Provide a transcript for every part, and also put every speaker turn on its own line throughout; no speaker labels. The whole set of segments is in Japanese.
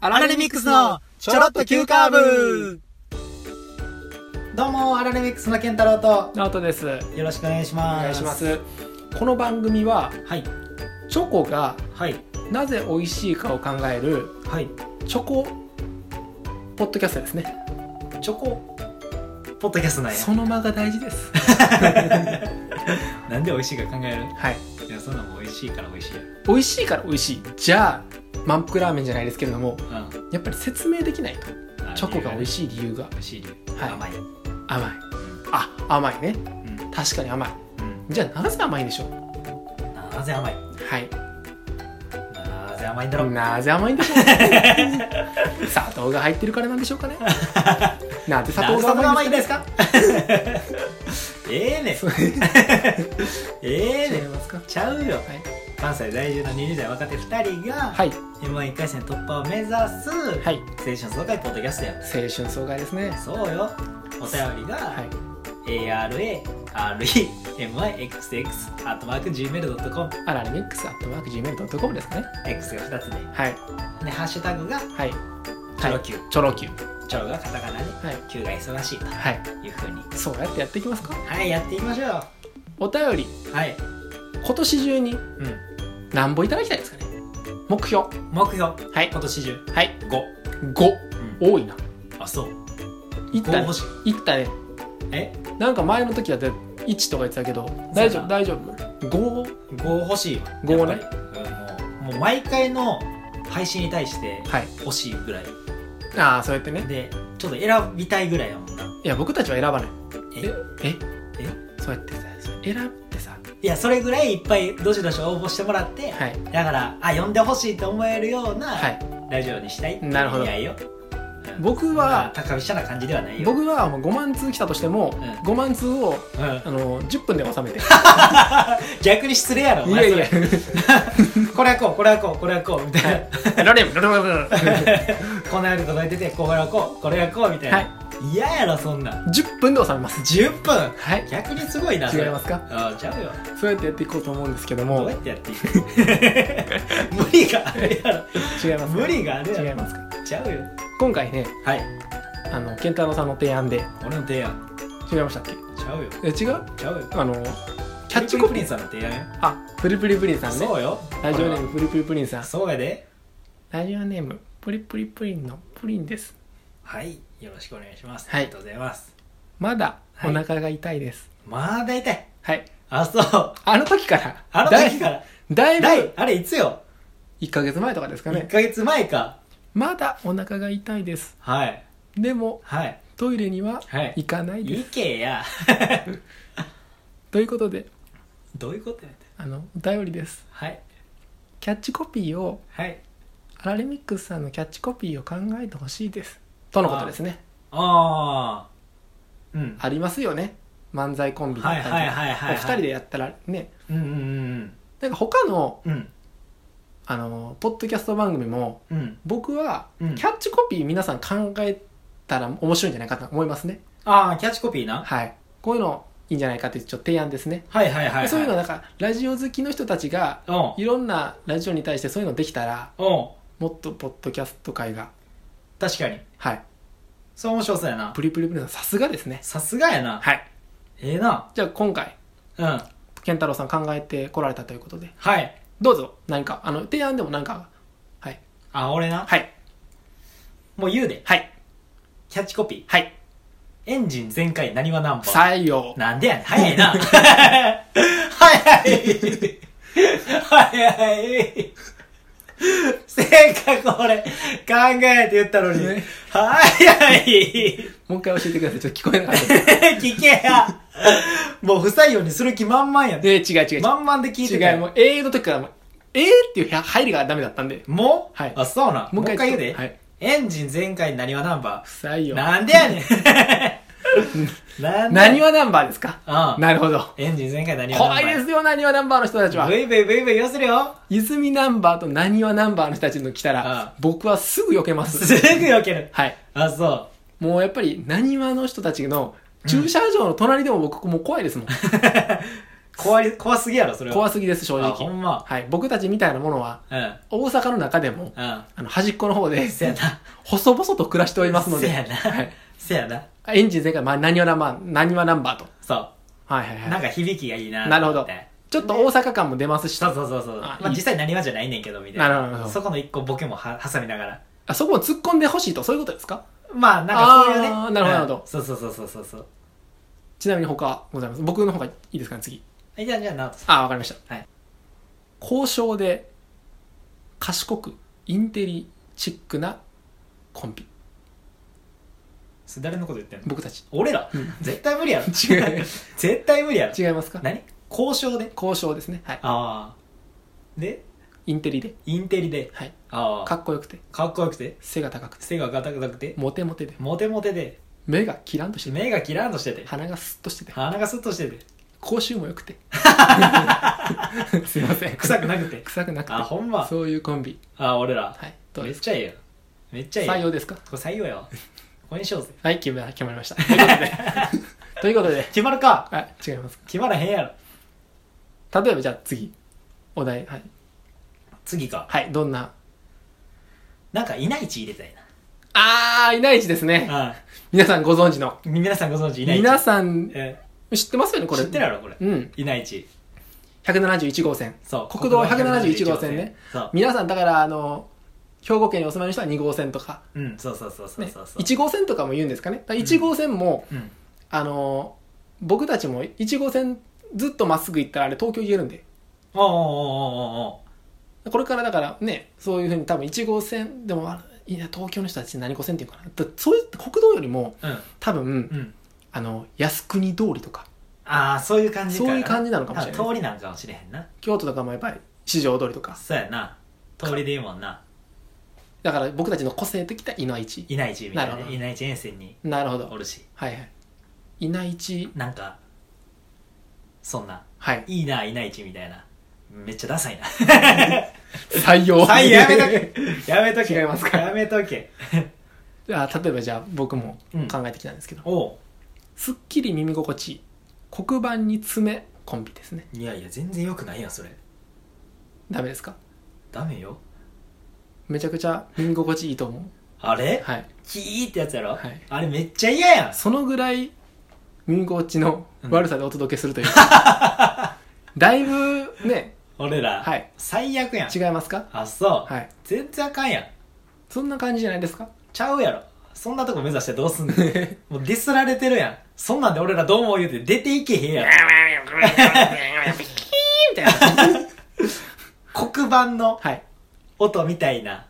アラレミックスのちょろっと急カーブ
どうもアラレミックスの健太郎と
ナオトですお
よろしくお願いします
願いしますこの番組は
はい
チョコが
はい
なぜ美味しいかを考える
はい
チョコポッドキャストですね
チョコポッドキャストなんや
その間が大事です
なんで美味しいか考える
はい
いやそんなもん美味しいから美味しいや
美味しいから美味しいじゃあ満腹ラーメンじゃないですけれども
うんあ
やっぱり説明できないとチョコが美味
い
しい理由が
美味しい理由
はい
甘い
甘いあ甘いね
うん
確かに甘い
うん
じゃあなぜ甘いんでしょう
なぜ甘い
はい
なぜ甘いんだろう
なぜ甘いんでしょう 砂糖が入ってるからなんでしょう かねなぜ砂糖が甘いんですか
か ええね
そう違い
ええね
ますか
ちゃうよ
はい
関西在住の20代若手2人が
はい
m 1 1回戦突破を目指す青
はい
春爽快ポッドキャストや
青春爽快ですね
そうよお便り
は
が
い
ARAREMYXX.gmail.com
アラレミックスアットマーク Gmail.com ですかね
X が2つで
はい
でハッシュタグが
はい
チョロ Q
チョロ Q
チョロがカタカナで
はい
Q が忙しいと
はい
いうふうに
そうやってやっていきますか
はいやっていきましょうよ
お便り
はい、
今年中に
うん、
何本いただきたいですかね目標
目標
はい
今年中
はい
5
5多いな
あそう
い
5
ったね
欲しい
いったね
え
なんか前の時だって1とか言ってたけど大
そう
丈
だ
夫大丈夫5
5欲しいわ
五ね
やっぱりうんもうもう毎回の配信に対して
はい
欲しいぐらい
ああそうやってね
でちょっと選びたいぐらいやもんない
や僕たちは選ばない
え
え
え
そうやってさ選ぶってさ
いやそれぐらいいっぱいどしどし応募してもらって、
はい
だからあ呼んでほしいと思えるよう
は
ないラジオにしたいっていう
なるほど
意味合いよ、うん
僕
まあ
は
高飛車な感じではないよ
僕はもう5万通来たとしても、
ん
5万通を
うん
あの10分で 収めて
逆に失礼やろお
い
前
やいや
それこれはこうこれはこうこれはこうみたいな、
ロレムロレムロレ
こんなように届いててこれはこうこれはこうみたい
はい
な嫌、やろそんなん
ム10分で収めます
10分
はい
逆にすごいなそれ
違いますか
あちゃうよ
そうやってやっていこうと思うんですけど
ど
も
うやってや っていく無理があるや
違いま
ろ
す
無理がある
違
や
いますか
ろちゃうよ
今回ね
はい
あの健太郎さんの提案で
俺の提案
違いましたっけ
ちゃうよ
え違う
ちゃうよ
あのキャッチコ
プ
ピ
リン
ー
さんの提案よ
あプリプリプリンさんね
そうよ
ラジオネームプリプリプリンさん
そうやで
ラジオネームプリプリプリンのプリンです
はいよろしくお願いします、
はい
ありがとうございます
まだお
はい
腹が痛いです
まあ大体
はい
あそう
あの時から
あの時から
だいだ
だ
い
いあれいつよ
ぶ1ヶ月前とかですか
1
ね
ヶ月前か
まだお腹が痛いです
はい
でも
はい
トイレには
はい
行かないです、
いけや
ということで
どういうことやって
あのお便りです
はい
キャッチコピーを
はい
アラレミックスさんのキャッチコピーを考えてほしいですとのことですね
ああうん
ありますよね漫才コンビだっ
はい
たりと
はい
か
はいはい
お二人でやったらね
うんうん
なんか他の
うんうん
あのポッドキャスト番組も
うん
僕はキ
うん
ャッチコピー皆さん考えたら面白いんじゃないかと思いますね
ああキャッチコピーな
はいこういうのいいんじゃないかというちょっと提案ですね
はいはいはい、はい、
そういうのなんかラジオ好きの人たちが
の
いろんなラジオに対してそういうのできたら
うんうん
もっとポッドキャスト界が
確かに
はい
そう面白そうやな
プリプリプリさんさすがですね
さすがやな
はい
ええな
じゃあ今回
うん
健太郎さん考えてこられたということで
はい
どうぞ何かあの提案でも何かはい
あ、俺な。
はい
もう言うで。
はい
キャッチコピー。
はい
エンジン全開、何は何番。
採用
なんでやねん。早いな。早い。早い。せっかく俺、考えて言ったのに
ね。
早い。
もう一回教えてくださいちょっと聞こえなかったで
聞けや。もう不採用にする気満々やで。
で違う違う違う
満々で聞いてた
違うも
よ
うええの時からもうええっていう入りがダメだったんで
もう
はい
あ、そうなん。もう一回言うで。
はい
エンジン全開、何は何番。
不採用
なんでやねん。なんでやねん
何はナンバーですか
うん。
なるほど
エンジン全開何は何
怖
番
いですよなにわナンバーの人たちは
ブイブイブイブイ言わせるよ
泉ナンバーとなにわナンバーの人たちの来た
ああ
ら僕はすぐ避けま すす
ぐ避ける
はい
あ、そう。
もうやっぱりなにわの人たちの駐車場の隣でも僕もう怖いですもん
怖い、怖すぎやろ、それは。
怖すぎです正
あほ
直、
んま。
はい、僕たちみたいなものは
うん。う
大阪の中でも
ん。
あの端っこの方 で
せやな。
細々と暮らしておりますので
せやな
はい
せやな。
エンジン全開、まあ、何わナンバー、何わナンバーと。
そ。
はいはいうはい。
なんか響きがいいな。
なるほど
と思って
ちょっと大阪感も出ますし、
そうそうそうそう。
あ
まあ
いい
実際何話じゃないねんけど、みたい
なるほどなる
な。
ほど
そこの一個ボケもは挟みながら。
あそこも突っ込んでほしいと、そういうことですか
まあ、なんかそういうね。
あーなるほどなるほど
うんそうそうそうそうそうそう。
ちなみに他ございます。僕の方がいいですかね、次。
えじゃあ、じゃあ、なおとさん
あ、わかりました。
はい
交渉で、賢く、インテリチックなコンビ。
それ誰のこと言ってんの
僕たち。
俺ら
うん
絶対無理やろ。
違う
絶対無理やろ。
違いますか
何交渉で
交渉ですね。はい。
ああ。で、
インテリで。
インテリで。
はい。
あ
か
あ。
っこよくて、
かっこよくて、
背が高くて、
背がガタガタくて、
モテモテで、
モテモテで、
目がキランとしてて、
目がキラーンとしてて、
鼻がスッとしてて、
鼻がスッとしてて、
口臭も良くて。すいません。
臭くなくて。
臭くなくて
あ、ほんま。
そういうコンビ
あ、俺ら。
はいどう
め
で
っ
す
ちゃいいよ。めっちゃいいよ。
採用ですか
これ採用やわ。これにしようぜ。
はい決め決まりましたということで ということで
決まるか
あ違います
決まらへんやろ。
例えばじゃあ次お題はい、
次か。
はい、どんな
なんか、いないち入れたい
あーいないちですね
な。
皆さんご存知の
うん。皆さんご存知いないち。
皆さん
え
知ってますよねこれ
知ってるやろ、これ。
うん
いないち。
171号線
そう。
国道171号線ね。
そう。
皆さんだからあの兵庫県にお住まいの人は2号線とか、
うん、そうそうそうそう
ね、
そうそう。
1号線とかも言うんですかねだから1号線も、
うん。
あの僕たちも1号線ずっとまっすぐ行ったらあれ東京行けるんで
おうおうおうおうおう
これからだからねそういうふうに多分1号線でもあいや東京の人たち何号線っていうかなだそういう国道よりも
うん。
多分、
うん。
あの靖国通りとか
ああ、そういう感じか。
そういう感じなのかもしれない
あ通りなんかもしれへんな。
京都とかもやっぱり四条通りとか
そうやな。通りでいいもんな。
だから僕たちの個性的な稲市
いないちみたいな
なる
ね。
ほど
いないち沿線に
なるほど
おるし。
はいはい稲市
なんか、そんな、
はい
いいな、いないちみたいな。めっちゃダサいな。
採用
はい、やめとけ。 やめとけ。
違いますか
やめとけ。
け あ例えばじゃあ僕も
うん
考えてきたんですけど、
おう
すっきり耳心地いい黒板に爪コンビですね
いやいや、全然良くないやん、それ。
ダメですか
ダメよ。
めちゃくちゃ耳心地いいと思う
あれ
はい
キーってやつやろ
はい
あれめっちゃ嫌やん。
そのぐらい耳心地の悪さでお届けす るというか、だいぶね
俺ら。
はい
最悪やん。
違いますか
あ、そう。
はい
全然あかんやん。
そんな感じじゃない ですか
ちゃうやろ。そんなとこ目指してどうすんのもうディスられてるやん。そんなんで俺らどうも言うて出ていけへんやん。
みたいな
黒板の
はい
音みたいな、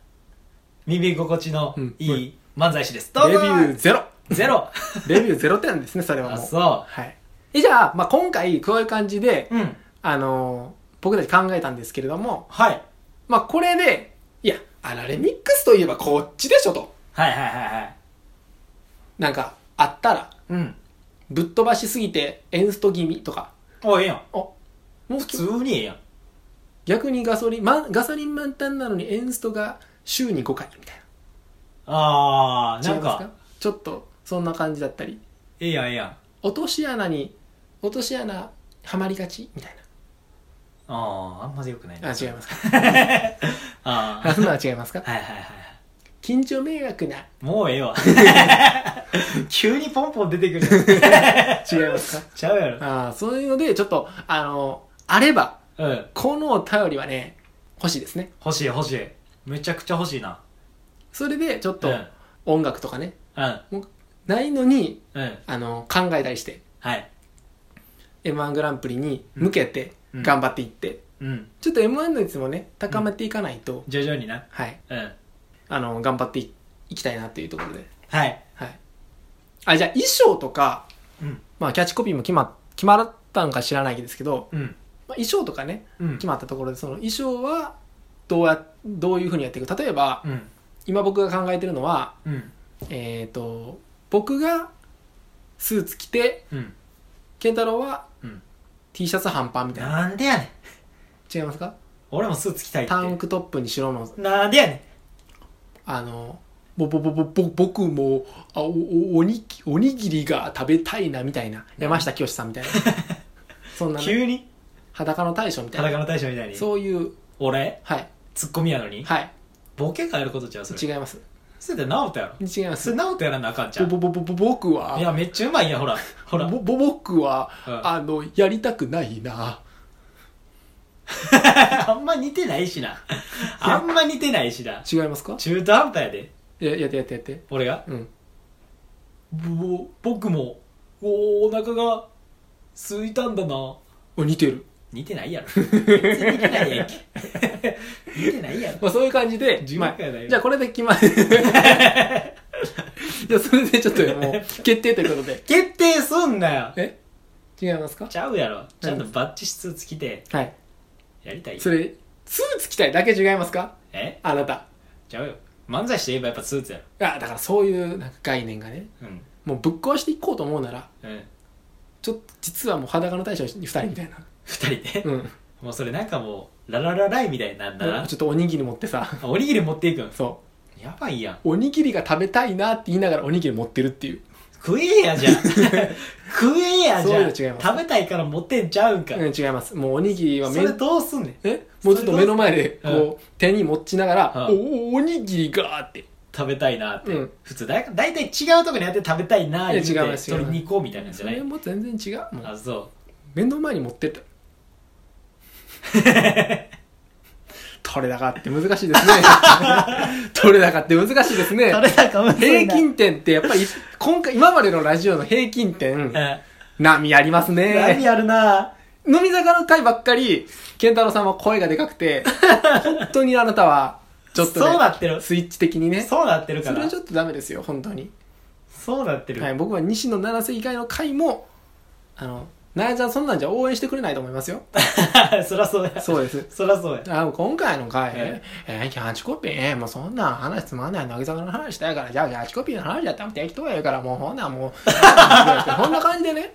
耳心地の
うん
いい漫才師です。どう
レビ
も
ューゼロ
ゼロ
レビューゼロ点ですねそれは
あ、
もう
そ
はいえじゃあ、まあ、今回こういう感じで
う。うん。
あのー僕たち考えたんですけれども
はい。
まあこれでいやあらレミックスといえばこっちでしょと
はいはいはいはい。
なんかあったら
うん。
ぶっ飛ばしすぎてエンスト気味とか
おい、ええやん。
あもう
普通にええやん。
逆にガソリン、ま、ガソリン満タンなのにエンストが週に5回みたい
あー、
な
な
違
ん
います
か、
ちょっとそんな感じだったり
ええやんええやん。
落とし穴に落とし穴はまりがちみたい
あー、あんまでよくない
な
な。
あ違いま すか
あ
あそんなの違いますか
ー。はいはいはいはい。
緊張迷惑な
もうええ わ。急にポンポン出てくる。
違いますか
ちゃうやろ。
ああそういうのでちょっとあのあれば
うん。
このお便りはね欲しいですね
欲しい欲しい。めちゃくちゃ欲しいな。
それでちょっ
う
と
ん。
音楽とかね
うん。
ないのに
うん。
あの考えたりして
はい。
m 1グランプリに向けて
うん
頑張っていって、
うん。
ちょっと m 1の率もね高めていかないと、
徐々にな。
はい
うん。
あの頑張っていいきたいなっていうところで
はい。
はいあじゃあ衣装とか、
うん。
まあ、キャッチコピーも決ま決まったのか知らないですけど、
うん。
まあ、衣装とかね
うん
決。まったところでその衣装はどうやどういうふうにやっていく例えば
うん。
今僕が考えてるのは
うん。
えっ、と僕がスーツ着て
うん。
健太郎は
うん
T シャツ半パンみたいな
なんでやねん。
違いますか
俺もスーツ着たいって。
タンクトップに白の
なんでやね。
あのぼぼぼぼぼ僕もあおおおにぎおにぎりが食べたいなみたいな山下清さんみたいなそんなんね
急に。
裸の大将みたいな
裸の大将みたいに
そういう
俺
はい
ツッコミやのに
はい
ボケがやることちゃうそれ
違います
それで直人やろ
違いま
そ
す
れ直人やらなあかんちゃん
ぼぼぼぼ僕
い
は
やめっちゃうまいやんほらほら
ぼぼ僕は
うん
あのやりたくないな
あんま似てないしなあんま似てないしな
違いますか
中途半端やで
いややってやってやって
俺が
うん
ぼ僕もおお腹が空いたんだな
お似てる
似てないやろ全然似てないやんけ似てないやろ
まあそういう感じで
地、
ま
獄やな
あ、
今
じゃあこれで決まる。 じゃあそれでちょっともう決定ということで。
決定すんなよ
え違いますか
ちゃうやろちゃんとバッチスーツ着て
はい。
やりたいよ
それ、スーツ着たいだけ違いますか
え
あなた。
ちゃうよ漫才師といえばやっぱスーツや
あ、だからそういうなんか概念がね、
ろうん
もうぶっ壊していこうと思うなら、
うん
ちょっと実はもう裸の大将に2人みたいな。
二人で
うん。
もうそれなんかもうラララライみたいになんだな
ちょっとおにぎり持ってさ、
おにぎり持っていくん
そ
やばいやん
う。おにぎりが食べたいなって言いながらおにぎり持ってるっていう。
食えやじ ゃん食えやじゃん
そういうの違います
食べたいから持ってんちゃうんか、
うん、違います。もうおにぎりは
そ
め
れどうすんねん
えもうちょっと目の前で
それどう
こう手に持ちながら「
うん
おおおにぎりが」って
食べたいなって、
うん
普通だだいたい違うとこにあって食べたいな言うて
いや違います違います
鶏肉をみたいなんじ
そ
ゃな
れ
い
も全然違うもう
あそ
目の前に持ってった 取れ高って難しい ですね取れ高って難しいです
う
ね
それなんかむずい
平
な
均点ってやっぱり今回今までのラジオの平均点波あります
うん何
ね
やるな
飲み坂の回ばっかり健太郎さんは声がでかく て本当にあなたはちょっと
そう
ね
なってる
スイッチ的にね
そうなってるか
それは
ら
ちょっとダメですよ本当に
そうなってる、
はい、僕は西野七瀬以外の回もあのなやちゃんそんなんじゃ応援してくれないと思いますよ
そら そうや
そうです
そらそうや
あ今回の回、
え
ええーキャッチコピー、えーもうそんなん話つまんない、乃木坂の話したいから、じゃあキャッチコピーの話やったら適当やから、もうほんなんもう、 こんな感じでね、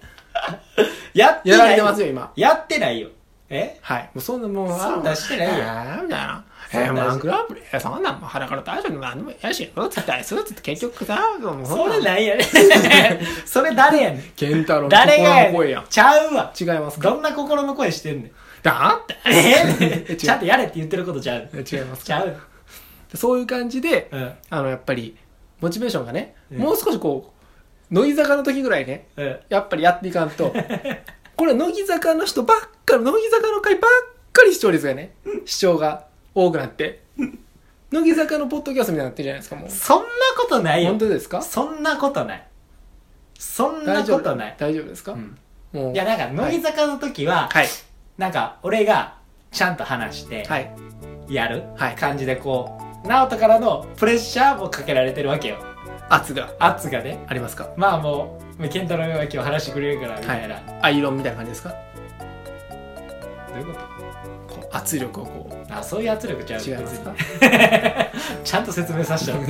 やって
や
ない
られてますよ、今。
やってないよえ
はい。もうそんなもう、
そんなんしてないよ
えーみたいな。えー、
そん
も
なんし
うワングランプリ、えーそんなんもう裸の大将の何でもええし、スーツ着たい、スーツって結局さ、もう
そ
んな
れ
ん
なんやねん それ誰やねん
健太郎の
誰が
心
や
の声
ね
や
んちゃうわ
ん。違いますか
どんな心の声してん ねん
だって
え
違う
ちゃんとやれって言ってることちゃう
え違います
ちゃう
そういう感じで、
うんうん
あの、やっぱり、モチベーションがね、
うん
もう少しこう、乃木坂の時ぐらいね、やっぱりやっていか んと、これ乃木坂の人ばっかり、乃木坂の回ばっかり視聴率がね、視聴が多く なって、乃木坂のポッドキャストみたいになってるじゃないですか、もう。
そんなことないよ
本当ですか
そんなことないそんな
大丈
こ
夫
とない、
大丈夫ですか、
うん
もう。
いやなんか乃木坂の時は、
はい。
なんか俺がちゃんと話して
はい。
やる
はい
感じでこう直人からのプレッシャーもかけられてるわけよ
圧が
圧がね
ありますか
まあもう健太郎が今日話してくれるからみたいな、
アイロンみたいな感じですか
どういうこ
こう圧力をこう。
とあそういう圧力ちゃう
違いますか
ちゃんと説明させ た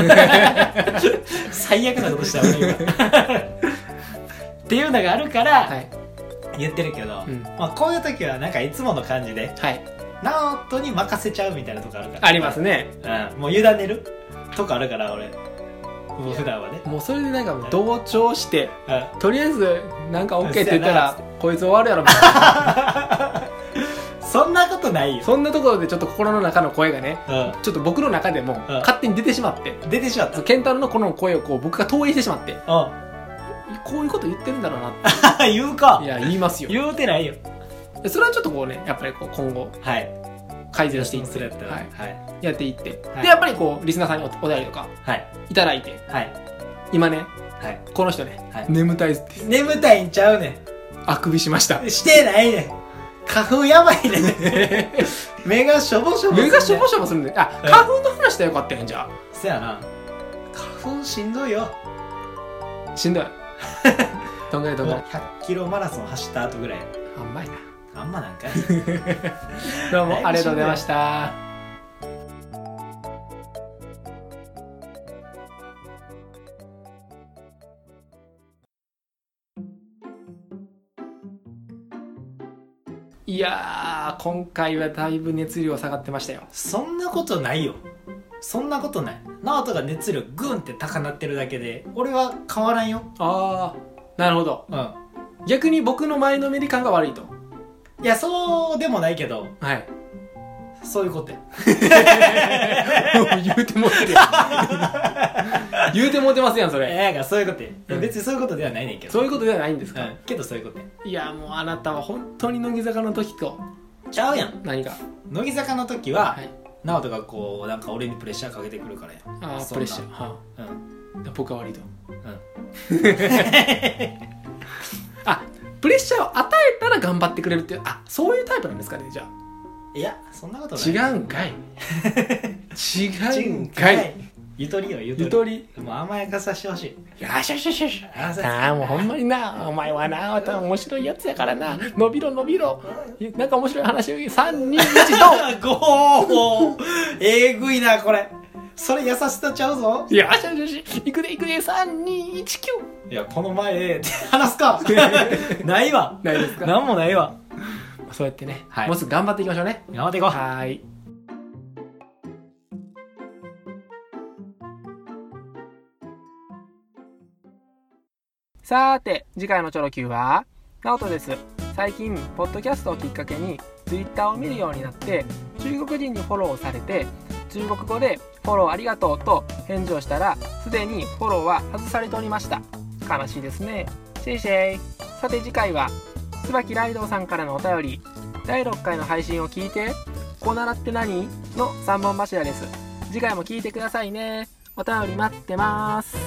最悪なことした俺今っていうのがあるか
は
ら
い。
言ってるけど、
うん
まあ、こういう時はなんかいつもの感じで
はい。
直人に任せちゃうみたいなとこあるから
ありますね。
うん、もう委ねるとかあるから俺もう普段はね、
もうそれでなんかもう同調して、
う
とりあえずなんか OK って言ったらこいつ終わるやろみたい な
ん、そんなことないよ、
そんなところでちょっと心の中の声がね
う
ちょっと僕の中でも勝手に出てしまって
ん、出てしまっ
そのケンタロウのこの声をこう僕が投影してしまって
たう
こういうこと言ってるんだろうなって
ん 言うか
いや言いますよ
言うてないよ
でそれはちょっとこうねやっぱりこう今後
はい
改善していっ
そ
て、
れやったら
は
はい
い、
はい
やっていって、
はい
でやっぱりこうリスナーさんにおお便りとか
はい
いただいて
はい
今ね
はい
この人ね
はい
眠たいって
眠たいんちゃうねん
あくびしました
してないねん花粉やばいねん目がしょぼしょぼすんねん
目がしょぼしょぼするんであ
うん
花粉の話したらよかったやんじゃ
そやな花粉しんどいよ
あしんどい どんぐらいどんぐ
もう
らい
100キロマラソン走った後ぐらい
あんまいな
あんまなんか
どうもありがとうございました。いやー、今回はだいぶ熱量下がってましたよ。
そんなことないよそんなことない直人が熱量グンって高鳴ってるだけで俺は変わらんよ
あー、なるほど。
うん
逆に僕の前のめり感が悪いと。
いや、そうでもないけど、
はい。
そういうことや。
言うてもうてるや ん。言うてもうてますやん、それ。
ええ、そういうことやいや。
うん
別にそういうことではないねんけど。
そういう
こ
ことではないんですか、
うん、けどそういうことや。
いや、もうあなたは本当に乃木坂の時と、
ちゃうやん。
何か。
乃木坂の時は、
はい。
直人がこう、なんか俺にプレッシャーかけてくるからや。
ああ、
そ
プ
んな
レッシャー。は
うん。
あで僕は悪いと。
うん。
あ、プレッシャーを与えたら頑張ってくれるっていう、あ、そういうタイプなんですかね、じゃあ。
いや、そんなことない。
違うんかい。違
違
う
うんん
か
か
い
い。。ゆとりよ、ゆとり。
ゆとり。
もう甘やかさしてほしい。
よしよしよしよし。
あさ
ああ、もうほんまにな、お前はな、また面白いやつやからな、伸びろ伸びろ。なんか面白い話を言う。3、2、1、ドン
ごーえぐいな、これ。それ優しさちゃうぞ。
よしよしよし。いくでいくで、3、2、1、
いや、この前、 話すか。ないわ
9。。ないですか
なんもないわ。
そうやってね、
はい
もうすぐ頑張っていきましょうね。
頑張っていこう。
はーい。さーて、次回のチョロ Q は、ナオトです。最近、ポッドキャストをきっかけに、ツイッターを見るようになって、中国人にフォローされて、中国語で、フォローありがとうと返事をしたら、すでにフォローは外されておりました。悲しいですね。シェイシェイ。さて次回は、椿ライドウさんからのお便り、第6回の配信を聞いて、コナラって何の3本柱です。次回も聞いてくださいね。お便り待ってます。